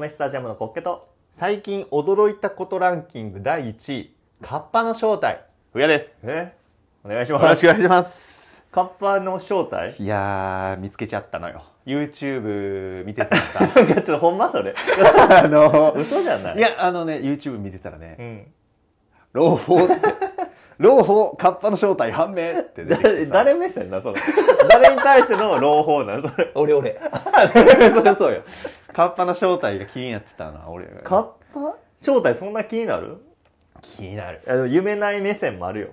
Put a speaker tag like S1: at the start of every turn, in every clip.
S1: 米スタジアムのコッケと
S2: 最近驚いたことランキング第1位カッパの正体ふやです
S1: えお願いしま
S2: よろし
S1: す
S2: くお願いします
S1: カッパの正体
S2: いやー見つけちゃったのよ YouTube 見てたらさ
S1: なんかちょっとほんまそれ
S2: あの
S1: 嘘じゃない
S2: いやあのね YouTube 見てたら
S1: う
S2: ね
S1: ん、
S2: 「朗報」 って「朗報カッパの正体判明」って出てき
S1: 誰
S2: てさ
S1: 誰目線なそれ誰に対しての朗報なのそれ俺俺
S2: そりゃそうよカッパの正体が気になってたな俺
S1: カッパ正体そんな気になる
S2: 気になる
S1: いやでも夢ない目線もあるよ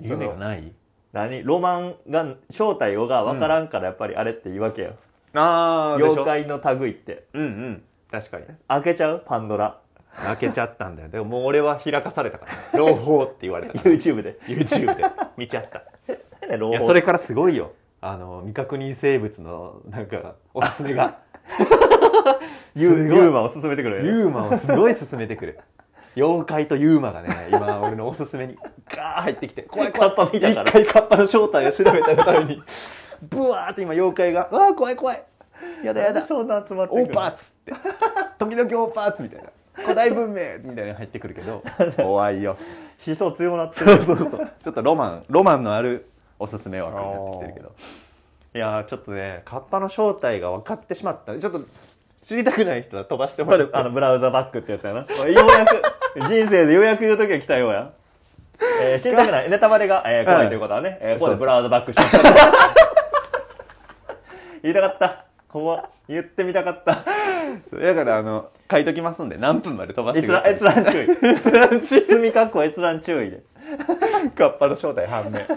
S2: 夢がない
S1: 何ロマンが正体をが分からんからやっぱりあれって言うわけよ、
S2: あーでしょ
S1: 妖怪の類って
S2: うんうん確かに
S1: 開けちゃうパンドラ
S2: 開けちゃったんだよでももう俺は開かされたから朗報って言われたから
S1: YouTube で
S2: YouTube で見ちゃった
S1: 何ね
S2: い
S1: 朗
S2: や
S1: 報
S2: それからすごいよあの未確認生物のなんかおすすめが
S1: ユー
S2: すごい
S1: ユーマを勧めてくれる
S2: ユーマをすごい勧めてくる妖怪とユーマがね今俺のおすすめにガー入ってきて
S1: これカッパ見
S2: 一
S1: たから
S2: 回カッパの正体を調べたがた めにブワーって今妖怪が「うわー怖い怖いやだやだ
S1: そんな集まってく
S2: オ
S1: る
S2: ーパーツ」って時々オーパーツみたいな古代文明みたいなの入ってくる けど怖いよ
S1: 思想強なって
S2: そ
S1: る
S2: うそうそうちょっとロマンロマンのあるおすすめ枠になってきてるけどいやーちょっとねカッパの正体が分かってしまったねちょっと知りたくない人は飛ばしても
S1: こ
S2: らっ
S1: れ
S2: て
S1: あのブラウザバックってやつやなようやく人生でようやく言う時が来たようや、えー知りたくないネタバレが、えー怖いということはね、えーここでブラウザバックしました言いたかったここ言ってみたかった
S2: だからあの書いときますんで何分まで飛ばして
S1: 閲覧閲覧注意
S2: 閲覧中
S1: 隅かっこ閲覧注意で
S2: カッパの正体判明 やっ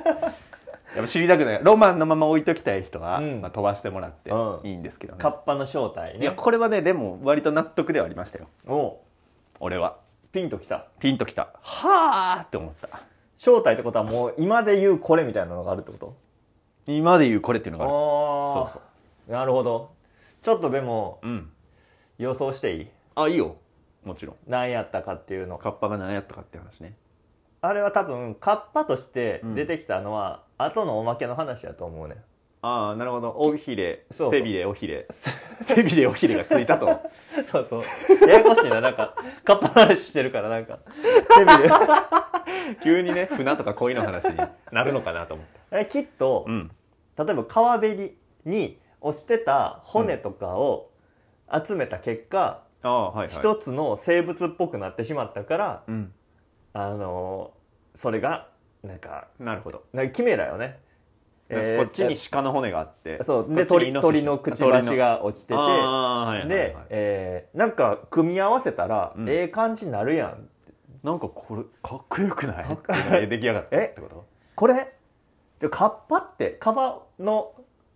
S2: ぱ知りたくないロマンのまま置いときたい人は、
S1: うん
S2: まあ、飛ばしてもらって
S1: うん
S2: いいんですけどね、
S1: カッパの正体
S2: いや
S1: ね
S2: これはねでも割と納得ではありましたよ
S1: おう
S2: 俺は
S1: ピンときた
S2: ピンときたはあって思った
S1: 正体ってことはもう今で言うこれみたいなのがあるってこと
S2: 今で言うこれっていうのがある
S1: ああ
S2: そう
S1: なるほどちょっとでも
S2: うん
S1: 予想していい
S2: あいいよもちろん
S1: 何やったかっていうの
S2: カッパが何やったかって話ね
S1: あれは多分カッパとして出てきたのは、後のおまけの話やと思うね
S2: ああなるほど尾ひれ
S1: そう
S2: 背びれ尾ひれ背びれ尾ひれがつい たと
S1: そうそうややこしいななん かカッパの話してるからなんかテ レビで
S2: 急にね船とか恋の話になるのかなと思って
S1: あれきっと
S2: う、ん
S1: 例えば川べりに落ちてた骨とかを集めた結果、
S2: ああはいはい
S1: 一つの生物っぽくなってしまったから、
S2: うん
S1: あのーそれがなんか
S2: なるほど
S1: なんかキメラよね、えー
S2: こっちに鹿の骨があって
S1: そうで
S2: こっちに
S1: 鳥
S2: イノシシ
S1: 鳥のくちばしが落ちてて
S2: ああはいはいはい
S1: で、えーなんか組み合わせたら、
S2: うん
S1: ええ感じになるやん
S2: なんかこれかっこよく ない
S1: かっ
S2: っていうのが出来上がったってこと
S1: これちょカッパって川の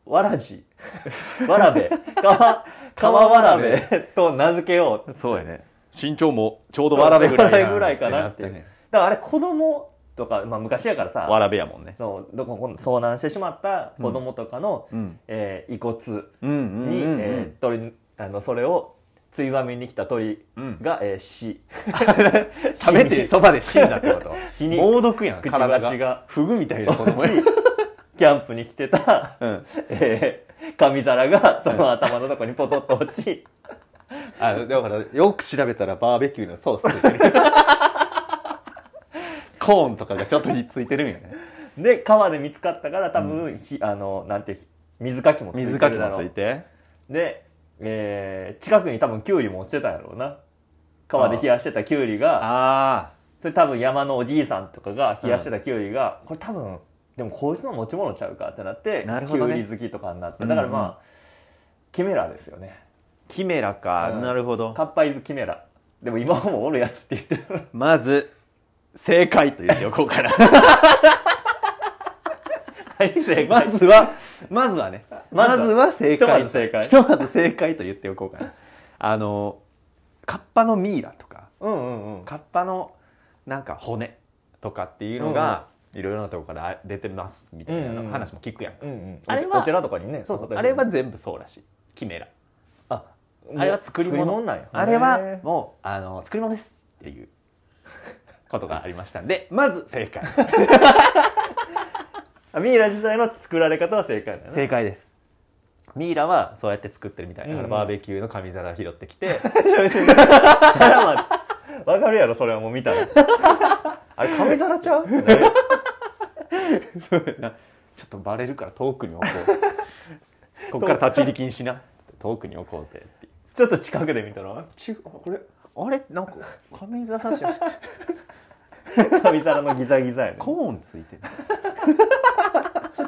S1: わらじ わらべ川川わらべと名付けよう
S2: そうやね身長もちょうど
S1: そう
S2: わらべぐらいな
S1: わらべぐらいかなっていう
S2: なね
S1: だからあれ子供とか、まあ、昔やからさ
S2: わらべやもんね
S1: そうどここの遭難してしまった子供とかの、
S2: うん
S1: えー遺骨
S2: うんうん
S1: に、
S2: うん
S1: えー鳥あのそれをついばみに来た鳥
S2: うん
S1: が、えー 死
S2: 食べてそばで死んだってこと
S1: 死に
S2: 猛毒やん
S1: くちば
S2: 体
S1: し
S2: が
S1: が
S2: フグみたいな子
S1: 同
S2: 供や
S1: じキャンプに来てた、
S2: うん
S1: えー紙皿がその頭のとこにポトッと落ち
S2: あだからよく調べたらバーベキューのソースつ いてるコーンとかがちょっとについてるんよね
S1: で川で見つかったから多分、ひあのなんて水かきもついて
S2: 水
S1: る
S2: かき
S1: だ
S2: も
S1: ろ
S2: つ
S1: う
S2: いて
S1: で、えー近くに多分キュウリも落ちてたんやろうな川で冷やしてたキュウリが
S2: あ
S1: それ多分山のおじいさんとかが冷やしてたキュウリが、これ多分でもこいつの持ち物ちゃうかってなって
S2: なる
S1: キ
S2: ほど
S1: ュウ
S2: ね
S1: リ好きとかになってだからまあ、
S2: うんう
S1: キメラですよね
S2: ーキメラか、
S1: うん
S2: なるほど
S1: カッパイズキメラでも今はもうおるやつって言って る
S2: まず正解と言っておこうかな
S1: はい正解、
S2: まずはまずはね
S1: ま
S2: ま
S1: ず
S2: ず
S1: は
S2: は正解
S1: ひとまず正解
S2: ひとまず正解と言っておこうかなあのカッパのミイラとか
S1: うんうんうん
S2: カッパのなんか骨とかっていうのが、いろいろなとこから出てますみたい
S1: うんう
S2: なん話も聞くやんか、
S1: うんうん、
S2: あれは
S1: お寺とかにね
S2: そうそう
S1: 例えば
S2: あれは全部そうらしいキメラ
S1: あ
S2: あれは作り物
S1: なんや
S2: あれは
S1: へー
S2: もうあの作り物ですっていうことがありましたんでまず正解
S1: あミイラ自体の作られ方は正解だよね
S2: 正解です
S1: ミイラはそうやって作ってるみたいな、だから
S2: うん
S1: バーベキューの紙皿拾ってき て
S2: 皿 までわかるやろそれはもう見たらあれ紙皿ちゃ うそうやなちょっとバレるから遠くに置こ うこっから立ち入り禁止なつって遠くに置こうぜって
S1: ちょっと近くで見たら
S2: ちゅこれあれなんか紙皿じゃん
S1: 紙皿のギザギザやね
S2: コーンついてる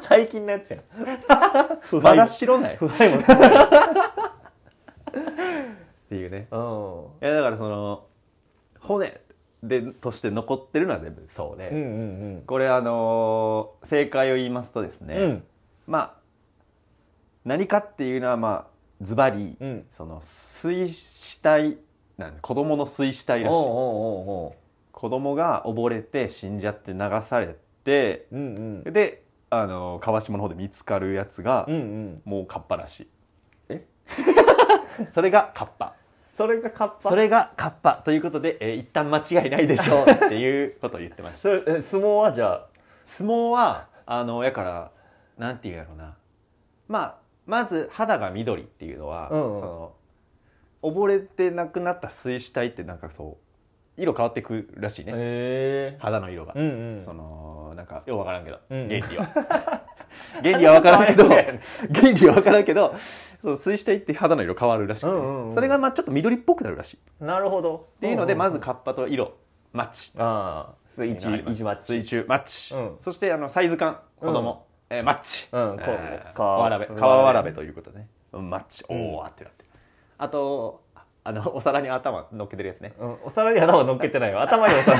S1: 最近のやつやん 不
S2: ま
S1: 敗
S2: だ
S1: も
S2: 白ないっ
S1: 不敗もすごい
S2: ていうね
S1: うん
S2: いやだからその骨でとして残ってるのは全部そうで、
S1: うんうん
S2: これあのー正解を言いますとですね、
S1: うんうん
S2: まあ何かっていうのはまあズバリ
S1: うん
S2: その水死体なんで子供の水死体ら
S1: お
S2: しい
S1: うおうおうおう
S2: 子供が溺れて死んじゃって流されて
S1: うんうん
S2: であのー川下の方で見つかるやつが、
S1: うんうん
S2: もうカッパらしい
S1: え
S2: それがカッパ
S1: それがカッパ
S2: それがカッパということで、えー一旦間違いないでしょうっていうことを言ってました
S1: それえ相撲はじゃあ
S2: 相撲はあのやからなんていうやろうなまあまず肌が緑っていうのは、
S1: うんうん
S2: その溺れて亡くなった水死体ってなんかそう色変わってくるらしいね
S1: へえ
S2: 肌の色が、
S1: うんうん
S2: そのなんかようわからんけど、
S1: うん
S2: 原理は 原理はわからん けど
S1: なんで
S2: 原理はわからんけどそう水死体って肌の色変わるらしくて、
S1: うんうんうん
S2: それがまあちょっと緑っぽくなるらしいっ
S1: なるほどって
S2: いうので、まずカッパと色マッチ
S1: ああスイッチ
S2: 一
S1: 一マッチ
S2: 水中マッチ、
S1: うん
S2: そしてあのサイズ感子供、えーマッチ、
S1: うんこう
S2: えー
S1: か
S2: わらべ
S1: うん
S2: 川わらべということね、うんマッチお
S1: うん
S2: おーってなってるあとああのお皿に頭乗っけてるやつね
S1: うんお皿に頭乗っけてないよ頭にお 皿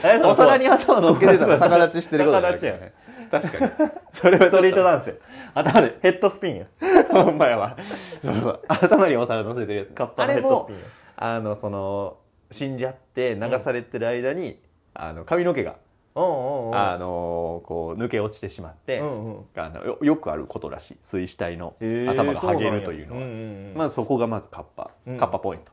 S1: 何 その
S2: お皿に頭乗っけてたら
S1: そう
S2: 逆立ちしてることになるけどね確かにそれは
S1: ストリートダンスよ頭でヘッドスピンや
S2: ほんまやわそうそう頭にお皿乗せてるやつ
S1: カッパのヘッドスピンや
S2: あのその死んじゃって流されてる間に、あの髪の毛が、
S1: うんうんうん
S2: あのこう抜け落ちてしまって、
S1: うんうん
S2: あのよよくあることらしい水死体の
S1: へえ
S2: 頭がハゲるというのは
S1: そなんやうんうんうん
S2: まあ、そこがまずカッパ、
S1: うん
S2: カッパポイント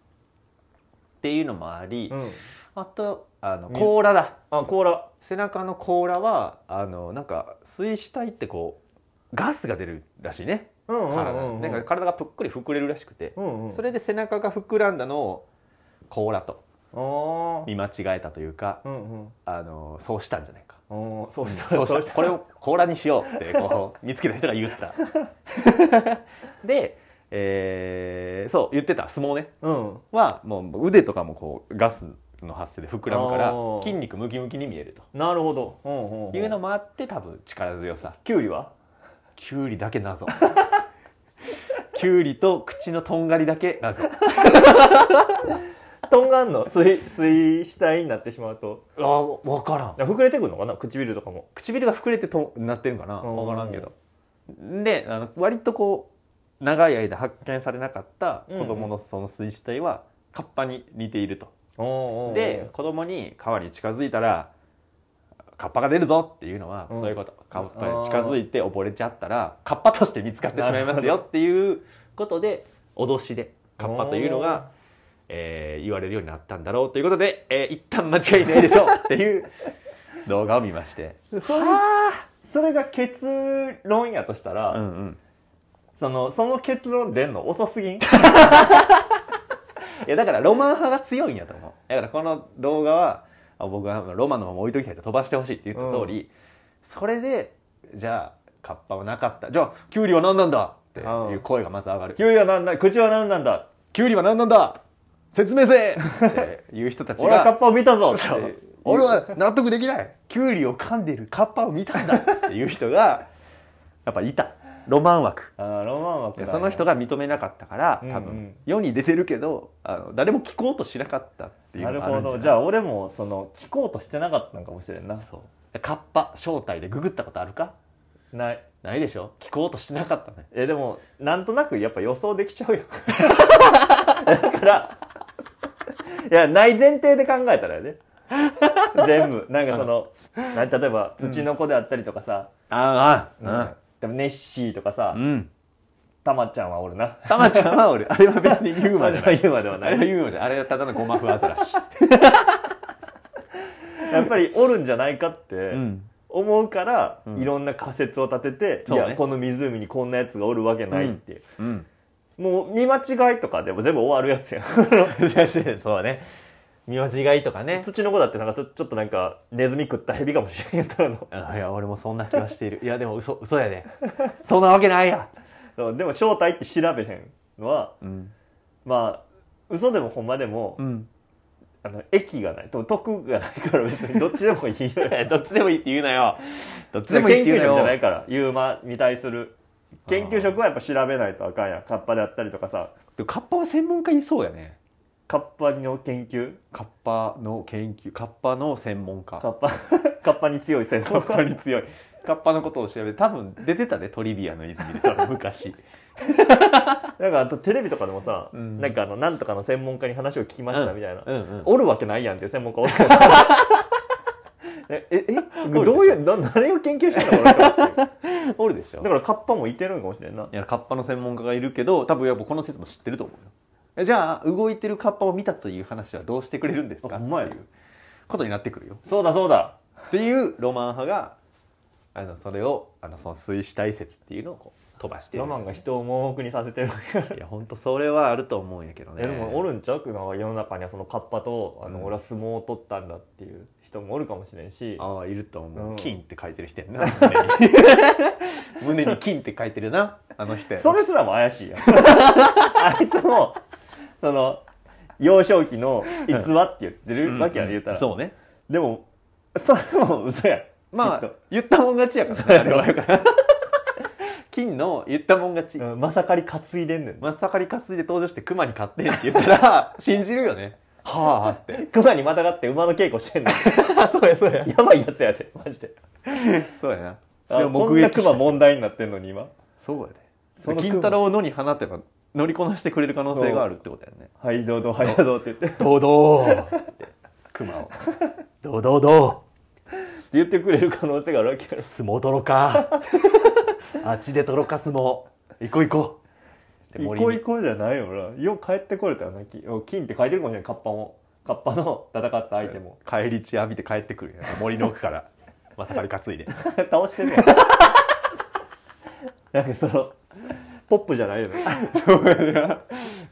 S2: っていうのもあり、
S1: うん
S2: あとあの
S1: 水
S2: 甲羅だ
S1: あ甲羅
S2: 背中の甲羅はあのなんか水死体ってこうガスが出るらしいね
S1: うんうん
S2: 体,、
S1: うんうん
S2: なんか体がぷっくり膨れるらしくて、
S1: うんうん
S2: それで背中が膨らんだのを甲羅と
S1: あー
S2: 見間違えたというか
S1: うんうん
S2: あのそうしたんじゃないか。
S1: あーそうした
S2: そう
S1: そう
S2: し
S1: した
S2: たこれを甲羅にしようってこう見つけた人が言ったで、えーそう言ってた相撲ね
S1: うん
S2: はもう腕とかもこうガスの発生で膨らむから
S1: あー
S2: 筋肉ムキムキに見える
S1: なるほどうんうんうん
S2: というのもあって多分力強さ
S1: キュウリは
S2: きゅうりだけ謎きゅうりと口のとんがりだけ謎あ
S1: とんがんの水水死体になってしまうと
S2: 分からん
S1: いや膨れてくるのかな唇とかも
S2: 唇が膨れてとなってるんかな
S1: うん
S2: 分からんけどであの割とこう長い間発見されなかった子供のその水死体はカッパに似ていると、で
S1: で
S2: 子供に川に近づいたらカッパが出るぞっていうのは
S1: うん
S2: そういうこと、カッパに近づいて溺れちゃったらカッパとして見つかってしまいますよっていうことで脅しでカッパというのが、えー言われるようになったんだろうということで、えー一旦間違いないでしょうっていう動画を見まして、
S1: おーそれそれが結論やとしたら、
S2: うんうん
S1: そのその結論出んの遅すぎん
S2: いやだからロマン派が強いんやと思うだからこの動画はあ僕はロマンのまま置いときたいと飛ばしてほしいって言った通り、それでじゃあカッパはなかったじゃあキュウリは何なんだっていう声がまず上がる、
S1: キュウリは何なんだ口は何なんだ
S2: キュウリは何なんだ説明せえっていう人たち
S1: 俺はカッ
S2: が
S1: パを見たぞっ
S2: そう
S1: て
S2: 俺は納得できないキュウリを噛んでるカッパを見たんだっていう人がやっぱいたロマン枠
S1: あーロマン枠
S2: で
S1: だね
S2: その人が認めなかったから多分、
S1: うんうん
S2: 世に出てるけどあの誰も聞こうとしなかったっていう
S1: な
S2: の
S1: る
S2: があ
S1: ほ
S2: るんじゃない
S1: どじゃあ俺もその聞こうとしてなかったのかもしれんな
S2: そうカッパ正体でググったことあるか
S1: ない
S2: ないでしょ聞こうとしてなかったね
S1: えでもなんとなくやっぱ予想できちゃうよだからいやない前提で考えたらやで全部なんかその、な例えば
S2: うん
S1: 土の子であったりとかさ、
S2: あ
S1: うんでもネッシーとかさ、
S2: うん
S1: たまちゃんはおるな
S2: たまちゃんは 俺あれは別にユーマじゃない
S1: ユーマでは
S2: あ
S1: な
S2: れはいユーマじゃないあれはただのゴマ フアザラシ、
S1: やっぱりおるんじゃないかって、思うから、
S2: うん
S1: いろんな仮説を立てて、
S2: そう
S1: い
S2: ね
S1: やこの湖にこんなやつがおるわけないっていう、
S2: うん。
S1: もう見間違いとかでも全部終わるやつやん
S2: そうね。見間違いとかね。
S1: 土の子だってなんかそちょっとなんかネズミ食ったヘビかもしれんやったらの
S2: あいや、俺もそんな気はしている。いや、でも嘘、嘘やね。 そんなわけないや。
S1: そう でも正体って調べへんのは
S2: うん。
S1: まあ嘘でもほんまでも、
S2: うん。
S1: あの益がないと得がないから別にどっちでもいいよ
S2: どっちでもいいって言うなよ。 どっちで
S1: 研
S2: もいいって
S1: 究
S2: 言う
S1: 職
S2: な
S1: じ
S2: よ。
S1: ゃないからユーマに対する研究職はやっぱ調べないとあかんやんカッパであったりとかさ
S2: でもカッパは専門家いそうやね。
S1: カッパの研究
S2: カッパの研究、カッパの専門家。
S1: カッパ カッパに強い専門家に強い
S2: カッパのことを調べて、多分出てたね、トリビアの泉で、多分昔。
S1: なんかあとテレビとかでもさ、
S2: うん
S1: なんかあのなんとかの専門家に話を聞きましたみたいな、
S2: うんうん。
S1: おるわけないやんっていう専門家お るからえええどういうな何を研究してんのこの人はっていう
S2: おるでしょ
S1: だからカッパもいてるんかもしれんない
S2: やカッパの専門家がいるけど多分やっぱこの説も知ってると思うよえじゃあ動いてるカッパを見たという話はどうしてくれるんですか
S1: あほんまや
S2: っていうことになってくるよ
S1: そうだそうだ
S2: っていうロマン派があのそれをあのその水死体説っていうのをこう飛ばしてる
S1: ロマンが人を盲目にさせてる
S2: いや本当それはあると思うんやけどね
S1: えでもおるんちゃうか世の中にはそのカッパとあの、
S2: うん
S1: 俺は相撲を取ったんだっていう人もおるかもしれんし
S2: ああいると思う、
S1: うん
S2: 金って書いてる人やんな 胸に胸に金って書いてるなあの人やな
S1: それすらも怪しい やんあいつもその幼少期の逸話って言って
S2: うん
S1: るわけやで言ったら、
S2: そうね
S1: でもそれも嘘やん
S2: ま
S1: きっ
S2: あ
S1: と
S2: 言ったもん勝ちやからねあれはだから 金の言ったもん勝ち、
S1: うんまさかり担いでんねん
S2: 真っ盛り担いで登場して熊に勝ってんって言った ら信じるよねはあって
S1: 熊にまたがって馬の稽古して んねん
S2: そうやそうや
S1: やばいやつやでマジで
S2: そうやなそれ
S1: あ
S2: を
S1: こ
S2: 目
S1: んな
S2: 撃し
S1: 熊問題になってんのに今
S2: そうやで
S1: その熊
S2: 金太郎を野に放てば乗りこなしてくれる可能性があるってことやね
S1: 「はいどうぞはいどうぞ」って言って
S2: ドドーって熊をドドド
S1: 言ってくれる可能性があるわけやろ
S2: ー相撲取ろかあっちで取ろか相撲行こう行こう
S1: 行こう行こうじゃ ないよなよう帰ってこれたよなき金って書いてるかもしれないカッパもカッパの戦った相手も
S2: 帰り血浴びて帰ってくるよ森の奥からまさかり担いで
S1: 倒してるやんなんかそのポップじゃないよ ね
S2: そ うや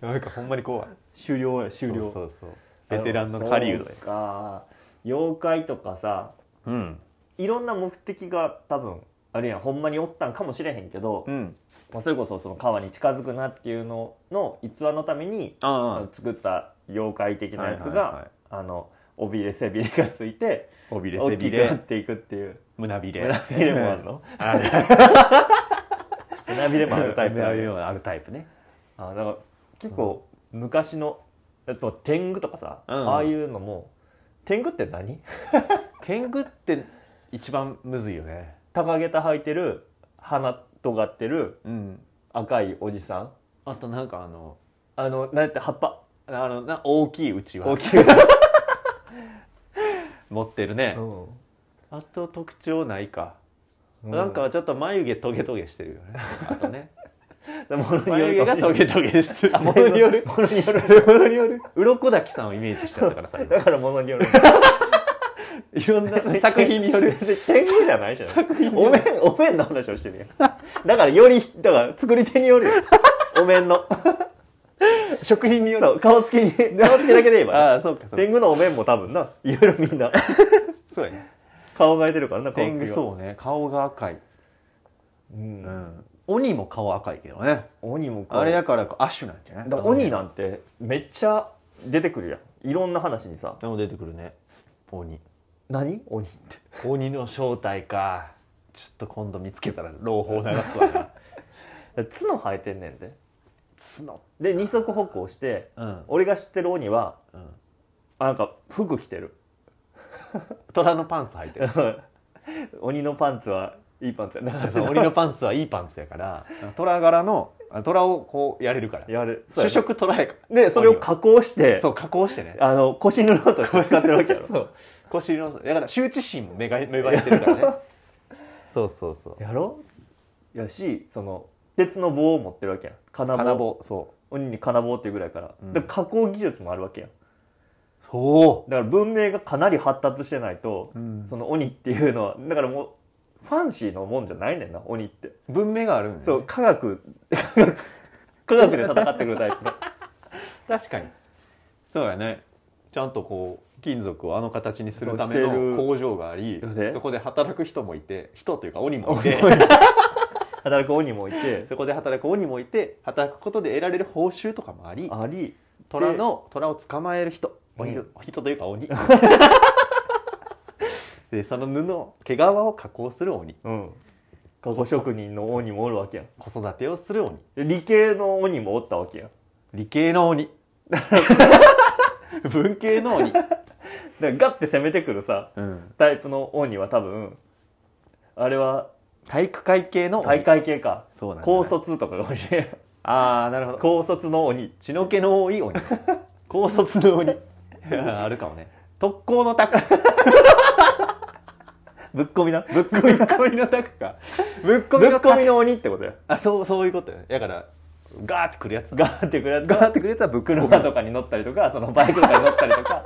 S2: ななんかほんまに怖い
S1: 終了や終了
S2: そうそうそうベテランの狩人
S1: そう
S2: で
S1: か妖怪とかさ
S2: うん
S1: いろんな目的が多分あるやんほんまにおったんかもしれへんけど、
S2: うん
S1: まあ、それこそその川に近づくなっていうのの逸話のためにあ
S2: あ
S1: の作った妖怪的なやつが、
S2: はいはいはい
S1: あの尾びれ背びれがついて
S2: あ尾びれ背
S1: 大
S2: び
S1: きくなっ
S2: れ
S1: ていくっていう
S2: 胸びれ
S1: 胸びれもある の
S2: ある
S1: 胸びれもあるタイプ
S2: 胸
S1: だ
S2: びれ
S1: ね
S2: もあるタイプね
S1: あだから結構昔のあと天狗とかさ、
S2: うん
S1: ああいうのも天狗って何
S2: 天狗って一番むずいよね
S1: 高げた履いてる鼻尖ってる
S2: うん
S1: 赤いおじさん
S2: あとなんかあの
S1: あのなんて葉っぱ
S2: あのな大きいうち
S1: 大
S2: は
S1: きい、
S2: 持ってるね
S1: うん
S2: あと特徴ないか
S1: うん
S2: なんかちょっと眉毛トゲトゲしてるよねあとね
S1: 物による
S2: 眉毛
S1: か
S2: が
S1: もしれない
S2: トゲトゲしてるあ
S1: 物
S2: 物
S1: に
S2: に
S1: よ
S2: よ
S1: る
S2: る
S1: 物による
S2: 物による鱗滝さんをイメージしちゃったからさ今
S1: だから物による
S2: いろんな 作品による
S1: 別に天狗じゃないじゃないお面お面の話をしてるやんだからよりだから作り手によ るよお面の
S2: 食品によ
S1: そう顔つきに顔つきだけで言えば
S2: ああそうかそう
S1: 天
S2: か
S1: 狗のお面も多分ないろいろみんな
S2: そうやね
S1: 顔がえてるからな顔
S2: 天
S1: つき
S2: 狗
S1: が
S2: そうね顔が赤い、
S1: うん
S2: 鬼も顔赤いけどね
S1: 鬼もこう
S2: あれやからアッシュなんじゃない
S1: だから鬼なんてめっちゃ出てくるやんいろんな話にさ
S2: でも出てくるね鬼
S1: 何鬼って
S2: 鬼の正体かちょっと今度見つけたら朗報流すわ な
S1: 角生えてんねんで
S2: 角
S1: で二足歩行して
S2: うん、
S1: 俺が知ってる鬼は
S2: うん、
S1: なんか服着てる
S2: 虎のパンツ履いて る
S1: 鬼のパンツはいいパンツやな
S2: そう鬼のパンツはいいパンツやから虎柄のあ虎をこうやれるから
S1: やるそう
S2: 主
S1: やな
S2: 食虎やから
S1: でそれを加工して
S2: そう加工してね
S1: あの腰のローとして使ってるわけやろ
S2: そう腰のだから羞恥心も芽が芽生えてるからね そうそうそう
S1: やろやしその鉄の棒を持ってるわけやん金棒
S2: 金棒そ
S1: 鬼に金棒っていうぐらいから、
S2: うん
S1: で加工技術もあるわけやん
S2: うそ
S1: だから文明がかなり発達してないと
S2: う、うん
S1: その鬼っていうのはだからもうファンシーのもんじゃないねんな鬼って
S2: 文明があるんだね
S1: そう科学科学で戦ってくるタイプの
S2: 確かにそうやねちゃんとこう金属をあの形にするため
S1: そうして
S2: の
S1: る
S2: 工場があり
S1: で
S2: そこで働く人もいて人というか鬼もいて
S1: 働く鬼もいて
S2: そこで働く鬼もいて働くことで得られる報酬とかもあり
S1: あり
S2: 虎の虎を捕まえる人
S1: うん
S2: 鬼の人というか 鬼でその布を毛皮を加工する鬼
S1: うん加工職人の鬼もおるわけやん
S2: 子育てをする鬼
S1: で理系の鬼もおったわけやん
S2: 理系の 鬼文系の鬼、
S1: だからガッて攻めてくるさ
S2: うん、
S1: タイプの鬼は多分あれは
S2: 体育会系の鬼
S1: 大会系か
S2: そうなんだ
S1: 高卒とかがもしれん
S2: ああなるほど
S1: 高卒の鬼
S2: 血の気の多い鬼 高卒の鬼 あるかもね特攻のタク
S1: ぶっこみな
S2: ぶっこみぶっこみのタクかぶっこ
S1: ぶ
S2: み
S1: っ
S2: の
S1: こ
S2: タ
S1: み
S2: ク
S1: の鬼ってことや
S2: あそうそういうことよねだからガーってくるやつ
S1: ガーってくるやつ
S2: ガ
S1: が
S2: ーってくるやつはぶっこみ
S1: 車とかに乗ったりとかそのバイクとかに乗ったりとか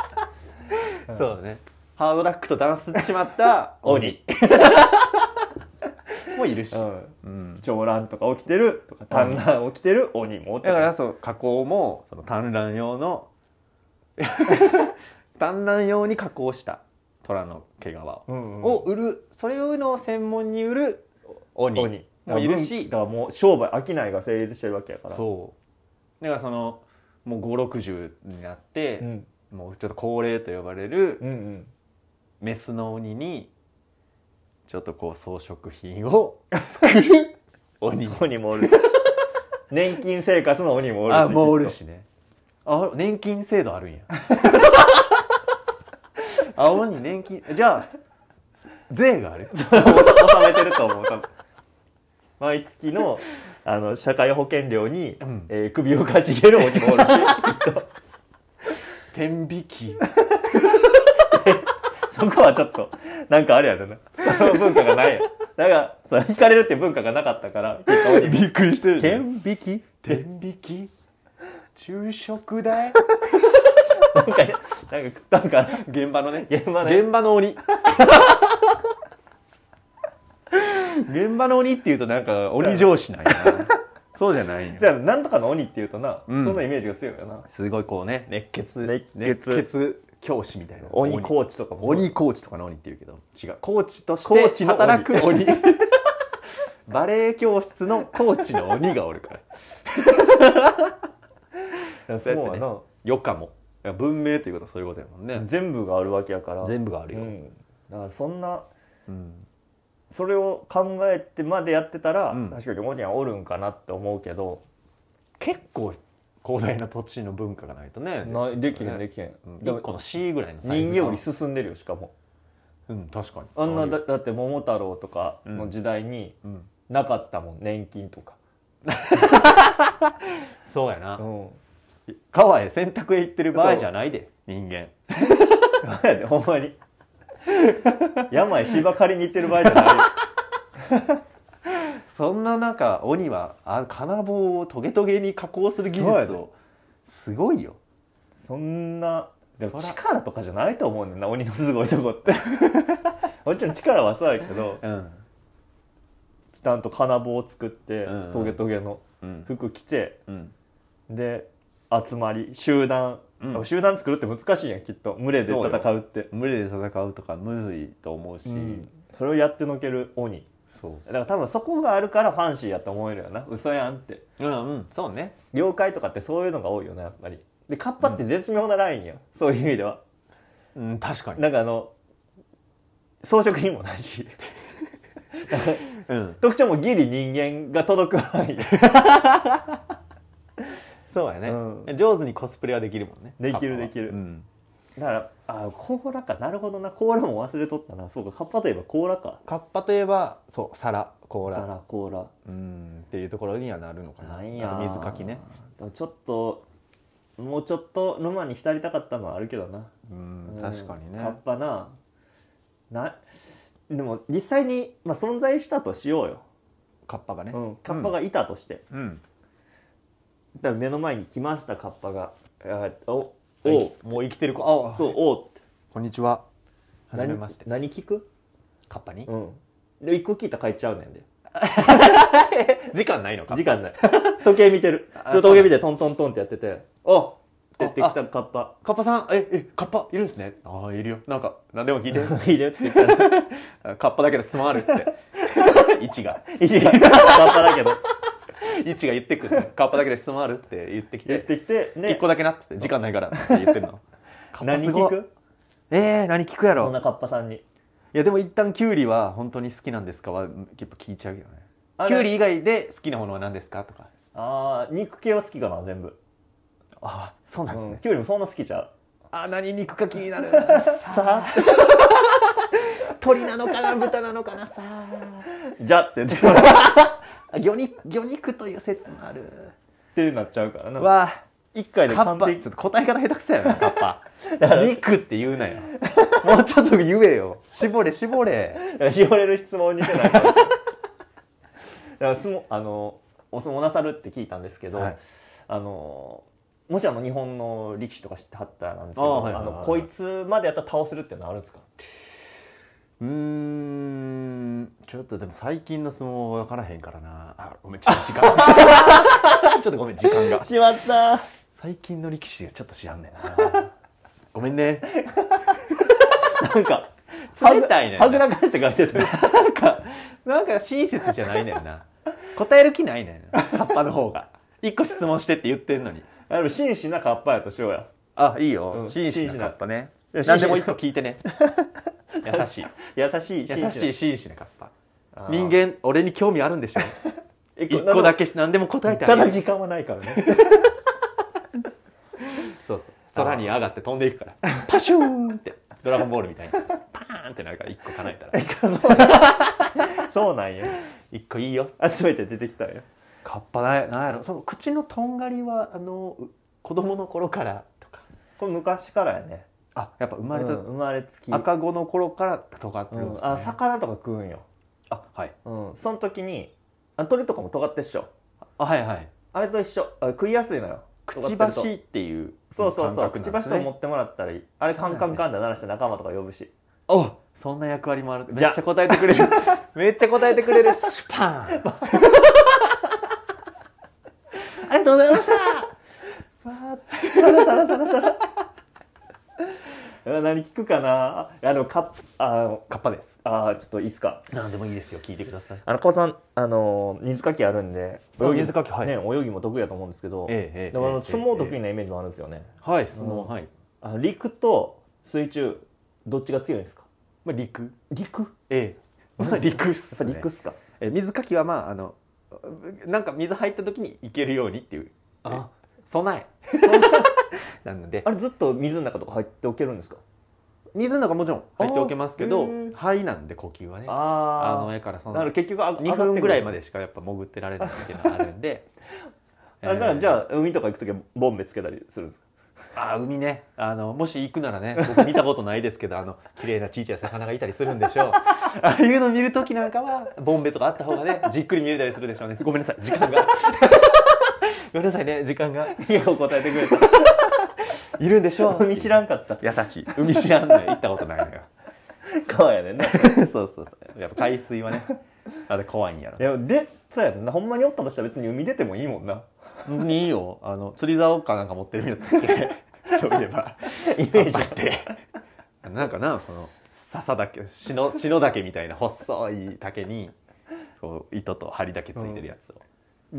S2: うんそうだねハードラックとダンスしてしまった
S1: 鬼
S2: 鬼もいるし、
S1: うん
S2: うん
S1: 長乱とか起きてるとか短乱起きてる鬼もおった
S2: だ
S1: り
S2: からそう加工もその単卵用 の単卵用に加工した虎の毛皮を
S1: うんうん
S2: を売るそれをの専門に売る鬼
S1: 鬼
S2: もいるし
S1: だからもう商売商いが成立してるわけやから
S2: そうだからそのもう560になって、
S1: ん
S2: もうちょっと高齢と呼ばれる
S1: うんうん
S2: メスの鬼にちょっとこう装飾品 を作る鬼
S1: 鬼もおるし年金生活の鬼もおるし
S2: あもうおる
S1: きっ
S2: しねあ年金制度あるんや あ鬼年金じゃあ税がある
S1: と納めてると思う多分毎月のあの社会保険料に、
S2: うん
S1: えー首をかしげる鬼もお るし
S2: 天引き
S1: そこはちょっとなんかあれやろなその文化がないやんだからその引かれるって文化がなかったから結果鬼も
S2: びっくりしてるね
S1: 天引き
S2: 天引き昼食代
S1: なんかなんか食ったんかな
S2: 現場のね
S1: 現場ね
S2: 現場の鬼現場の鬼っていうとなんか鬼上司なんや なそうじゃないん
S1: じ
S2: や
S1: ゃあなんとかの鬼っていうとな、
S2: うん
S1: そのイメージが強いよな
S2: すごいこうね熱血
S1: 熱血
S2: 教師みたいな
S1: 鬼コーチとかもそう
S2: 鬼コーチとかの鬼っていうけど違うコーチとし
S1: コー
S2: て
S1: チの鬼
S2: 働く 鬼バレエ教室のコーチの鬼がおるから
S1: そうや
S2: そうやって
S1: な、
S2: 余暇もいや文明ということはそういうことやもんね
S1: 全部があるわけやから
S2: 全部があるよ、
S1: うん、だからそんな
S2: うん
S1: それを考えてまでやってたら、
S2: うん
S1: 確かに鬼はおるんかなって思うけど、
S2: 結構広大な土地の文化がないとね
S1: ないできへん
S2: ね
S1: できへん、
S2: うん
S1: だか
S2: 1
S1: ら
S2: 個の C ぐらいの
S1: 人間より
S2: り
S1: 進んでるよしかも
S2: うん確かに
S1: あんな
S2: る
S1: だだって桃太郎とかの時代に
S2: うん
S1: なかったもん年金とか、
S2: そうやな
S1: うん、
S2: 川へ洗濯へ行ってる場合じゃないで人間
S1: そうやでほんまに病芝刈りに行ってる場合じゃない
S2: そんな中鬼はあ金棒をトゲトゲに加工する技術
S1: そうやで
S2: をすごいよ
S1: そんなでも
S2: そら
S1: 力とかじゃないと思うねんな鬼のすごいとこって もちろん力はそうやけど
S2: うん、
S1: ちゃんと金棒を作って、
S2: うんうん
S1: トゲトゲの
S2: うん
S1: 服着て
S2: うん、
S1: で集まり集団、
S2: うん
S1: 集団作るって難しいやんきっと群れで戦うって
S2: 群れで戦うとかむずいと思うし、
S1: そ,、それをやってのける鬼
S2: そ
S1: だから多分そこがあるからファンシーやと思えるよな嘘やんって
S2: ううんうんそうね
S1: 妖怪とかってそういうのが多いよなやっぱりでカッパって絶妙なラインや、ん、そういう意味では
S2: うん確かに、
S1: なんかあの装飾品もないし
S2: うん、
S1: 特徴もギリ人間が届く範囲で
S2: そうやね、
S1: う
S2: 上手にコスプレはできるもんね
S1: できる
S2: カッパは
S1: できる
S2: うん、
S1: だからあ甲羅かなるほどな甲羅も忘れとったなそうかカッパといえば甲羅か
S2: カッパといえばそう皿甲羅
S1: 皿甲羅
S2: うんっていうところにはなるのかな
S1: なんや
S2: あと水かきね
S1: でもちょっともうちょっと沼に浸りたかったのはあるけどな、
S2: うん
S1: うん
S2: 確かにね
S1: カッパななでも実際に、まあ、存在したとしようよ、
S2: カッパがね
S1: うん、カッパがいたとして、
S2: うん
S1: だから目の前に来ましたカッパがあおおう
S2: もう生きてる子あ
S1: そう
S2: う
S1: おうって
S3: こんにちは。
S2: はじめまして
S1: 何何聞く
S2: カッパに
S1: うんで一個聞いたら帰っちゃうねんで
S2: 時間ないのか
S1: 時間ない 時計見てる
S2: あ
S1: で時計見てトントントンってやってて「おっ!」って言ってきたカッパ
S2: カッパさんええカッパいるんですねああいるよなんか何でも聞い て
S1: 「いいで」って言ったら
S2: カッパだけどすまるって 位置が
S1: 「いじりカッパだけ ど」
S2: 位置が言ってくる、ね、カッパだけで質問あるって言ってき
S1: 言っててきて
S2: 「一
S1: ね
S2: 個だけな」っつって「時間ないから」って言ってるのカ ッパ
S1: 何
S2: すご
S1: 聞
S2: い
S1: く
S2: えー、何聞くや
S1: そん
S2: ろ
S1: なカッパさんに
S2: いやでも一旦キュウリは本当に好きなんですかはやっぱ聞いちゃうよね
S1: あれ
S2: キュウリ以外で好きなものは何ですかとか
S1: あー肉系は好きかな全部
S2: ああそうなんです
S1: うん
S2: ね、
S1: きゅうりもそんな好きちゃう
S2: あ何肉か気になる な
S1: さあ
S2: 鳥なのかな豚なのかなさあ
S1: じゃって言ってっ
S2: 魚肉魚肉という説もある
S1: てなっちゃうからな
S2: わあ
S1: 一回
S2: カ
S1: で完
S2: ッパちょっ
S1: 璧
S2: と答え方下手くそやなカッパ
S1: から
S2: 肉って言うなよもうちょっと言えよ絞れ絞れ
S1: しおれる質問にてないからだからすもあのお相撲なさるって聞いたんですけど、
S2: はい
S1: あのもしあの日本の力士とか知ってはったらなんですけ
S2: あー
S1: ど
S2: はいはいはい
S1: あのこいつまでやったら倒せるっていうのはあるんですか
S2: うーんちょっとでも最近の相撲は分からへんからなあごめんちょっと時 間がちょっとごめん時間が
S1: しまった
S2: 最近の力士がちょっと知らんねん なごめんね
S1: なんか
S2: 冷たいねんな
S1: はぐらかして書いてた
S2: なんかなんか親切じゃないねんな答える気ないねんな カッパの方が一個質問してって言ってんのに
S1: あの真摯なカッパやとしようや
S2: あいいよ、
S1: うん
S2: 真摯なカッパね
S1: いや
S2: 何でも
S1: 紳
S2: 一
S1: 士
S2: 個聞いて ね優しい
S1: 優しい
S2: 優しい真摯なカッパ
S1: あー
S2: 人間俺に興味あるんでしょ
S1: 一
S2: 一個だ
S1: け
S2: けし何でも答えてあ
S1: た
S2: げる
S1: だ時間はないからね
S2: そうそう空に上がって飛んでいくからパシューンってドラゴンボールみたいにパーンってなるから一個叶えたら
S1: そうなんよ
S2: 一個いいよ
S1: 集めて出てきたんよ
S2: カッパなんやろその口のとんがりはあのう子供の頃からとか
S1: これ昔からやね
S2: あやっぱ生
S1: 生
S2: まれた、
S1: 生まれつき
S2: 赤子の頃から尖って
S1: う
S2: るんです、ね
S1: ん、あ魚とか食うんよ、
S2: あはい
S1: うん、その時にあ鳥とかも尖ってっしょ
S2: あはいはい
S1: あれと一緒あ食いやすいのよ
S2: く
S1: 尖っ
S2: ち
S1: て
S2: ば
S1: ると
S2: しっていう
S1: そうそうそう、く
S2: 感覚
S1: ち
S2: な
S1: ば
S2: んで
S1: し
S2: す
S1: とか持
S2: ね
S1: ってもらったらいいあれ
S2: そうな
S1: カ
S2: んで
S1: ンカンカン
S2: すね
S1: って鳴らして仲間とか呼ぶし
S2: おそんな役割もあるめ
S1: じゃ
S2: っちゃ答えてくれ るめっちゃ答えてくれるス パーンありがとうございました
S1: あ何聞くかなあでもカッあ
S2: カッパです
S1: あーちょっといいっすか
S2: 何でもいいですよ聞いてください
S1: あのカさんあの水かきあるんで
S2: あ
S1: ぎ
S2: 水かきはい
S1: ね、泳ぎも得意だと思うんですけど、
S2: ええええ
S1: でもあの
S2: ええ
S1: 相撲得意なイメージもあるんですよね、
S2: はい相撲、
S1: うん
S2: はい、
S1: あの陸と水中どっちが強いんですか
S2: まあ、陸
S1: 陸や
S2: ええまあ陸っ
S1: っ
S2: す、
S1: ぱ
S2: ね、
S1: 陸っすか
S2: え水かきはまああのなんか水入った時に行けるようにっていう
S1: あ
S2: 備え なので
S1: あれずっと水の中とか入っておけるんですか
S2: 水の中もちろん入っておけますけ
S1: あ
S2: ど
S1: ーへー
S2: 肺なんで呼吸はねあの
S1: あ
S2: 上からそ
S1: あ
S2: の
S1: なる結局あ
S2: 2分ぐらいま
S1: で
S2: でしかやっぱ潜ってられないっていうのがあるんで
S1: あだからじ
S2: あ
S1: ゃあ海とか行く時はボンベつけたりするんですか
S2: あー海ねあのもし行くならね僕見たことないですけどあの綺麗なちいちゃい魚がいたりするんでしょうああいうの見る時なんかはボンベとかあった方がねじっくり見れたりするでしょうねごめんなさい時間が ごめんなさいね時間が
S1: いや答えてくれた
S2: いるんでしょう
S1: 海知らんかった
S2: 優しい海知らんのよ行ったことないのよ
S1: 川やねんない
S2: そうそうそうやっぱ海水はねあれ怖いんやろ
S1: やでそうやねんなほんまにおったとしたら別に海出てもいいもんな
S2: 本当にいいよあの釣り竿かなんか持ってるみたい なそういえば
S1: イメージあ
S2: ってなんかなその笹だけ篠篠だけみたいな細い竹にこう糸と針だけついてるやつを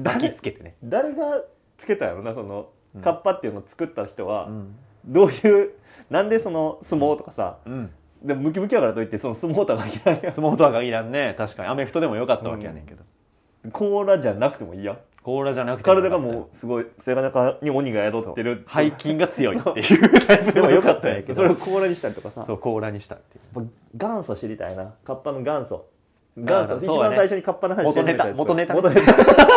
S2: 抱きつけてね、
S1: 誰がつけたんやろなその
S2: うん
S1: カッパっていうのを作った人は、
S2: ん
S1: どういうなんでその相撲とかさ
S2: うん、
S1: でもムキムキやからといってその相撲とは限らんや
S2: 相撲とは限らんね確かにアメフトでもよかったわけやねんけど、
S1: ん甲羅じゃなくてもいいやん
S2: 甲羅じゃなくて
S1: 体がもうすごい背中に鬼が宿ってる
S2: 背筋が強いっていうタイプ
S1: で
S2: で
S1: も
S2: も
S1: よ
S2: よ
S1: か
S2: か
S1: っ
S2: ったた
S1: ん
S2: ん
S1: や
S2: や
S1: けど
S2: け
S1: それを
S2: ど
S1: 甲羅にしたりとかさ
S2: そう甲羅にしたっていう
S1: やっぱ元祖知りたいなカッパの元祖
S2: だ
S1: 元
S2: から
S1: 祖、
S2: そう
S1: 一
S2: やね
S1: 番最初にカッパの話して
S2: 元
S1: くれ
S2: ネ
S1: た
S2: タ
S1: やつ
S2: 元ネタ
S1: 元ネタ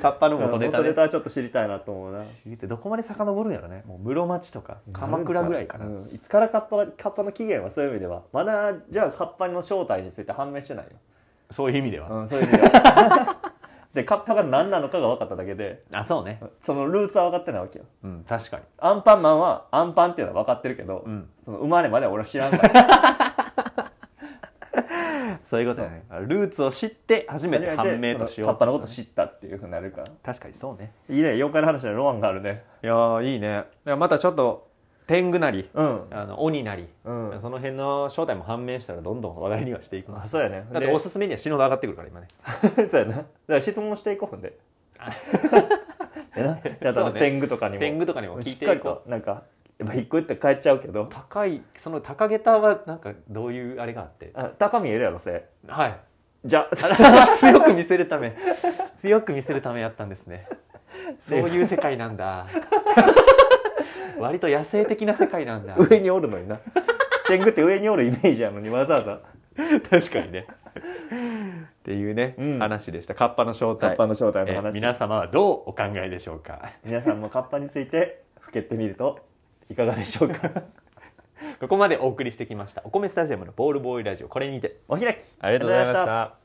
S2: カッパの
S1: 元
S2: 元
S1: ネ
S2: ネ
S1: タ
S2: タ
S1: 元ネ
S2: で
S1: タはちょっと知りたいなと思うな
S2: どこまで遡るんやろねもう室町とか鎌倉ぐらいかな
S1: うんいつからカッパがカッパの起源はそういう意味ではまだじゃあカッパの正体について判明してないよ
S2: そういう意味では、
S1: うんそういう意味では でカッパが何なのかが分かっただけで
S2: あそうね
S1: そのルーツは分かってないわけよ
S2: うん確かに
S1: アンパンマンはアンパンっていうのは分かってるけど、
S2: うん
S1: その生まれまでは俺は知らん から
S2: そういうことだねルーツを知って初めて判明としよう
S1: カッパのこと知ったっていうふうになるから
S2: 確かにそうね
S1: いいね妖怪の話のロマンがあるね
S2: いやーいいねいやまたちょっと天狗なり
S1: うん
S2: あの鬼なり、
S1: うん
S2: その辺の正体も判明したらどんどん話題にはしていきま
S1: あ
S2: す
S1: そうやね
S2: だって おすすめには篠田上がってくるから今ね
S1: でそうやなだから質問していこうほんで でなじゃあ
S2: そうね
S1: その天狗とかにも
S2: 天狗とかにも聞
S1: し
S2: い
S1: ってか
S2: い
S1: り
S2: こと
S1: なんかやっぱ一個一個変えちゃうけど
S2: う高いその高げたはなんかどういうあれがあって
S1: あ高見えるやろせ
S2: はい
S1: じゃ
S2: 強く見せるため強く見せるためやったんですねそういう世界なん だ割と野生的な世界なんだ
S1: 上におるのにな天狗って上におるイメージやのにわざわざ
S2: 確かにねっていうね、
S1: うん
S2: 話でしたカッパの正
S1: カッ
S2: 体
S1: パの正体の
S2: えー
S1: 話、
S2: 皆様はどうお考えでしょうか
S1: 皆さんもカッパについてふけってみるといかがでしょう か
S2: ここまでお送りしてきましたお米スタジアムのボールボーイラジオこれにて
S1: お開き
S2: ありがとうございました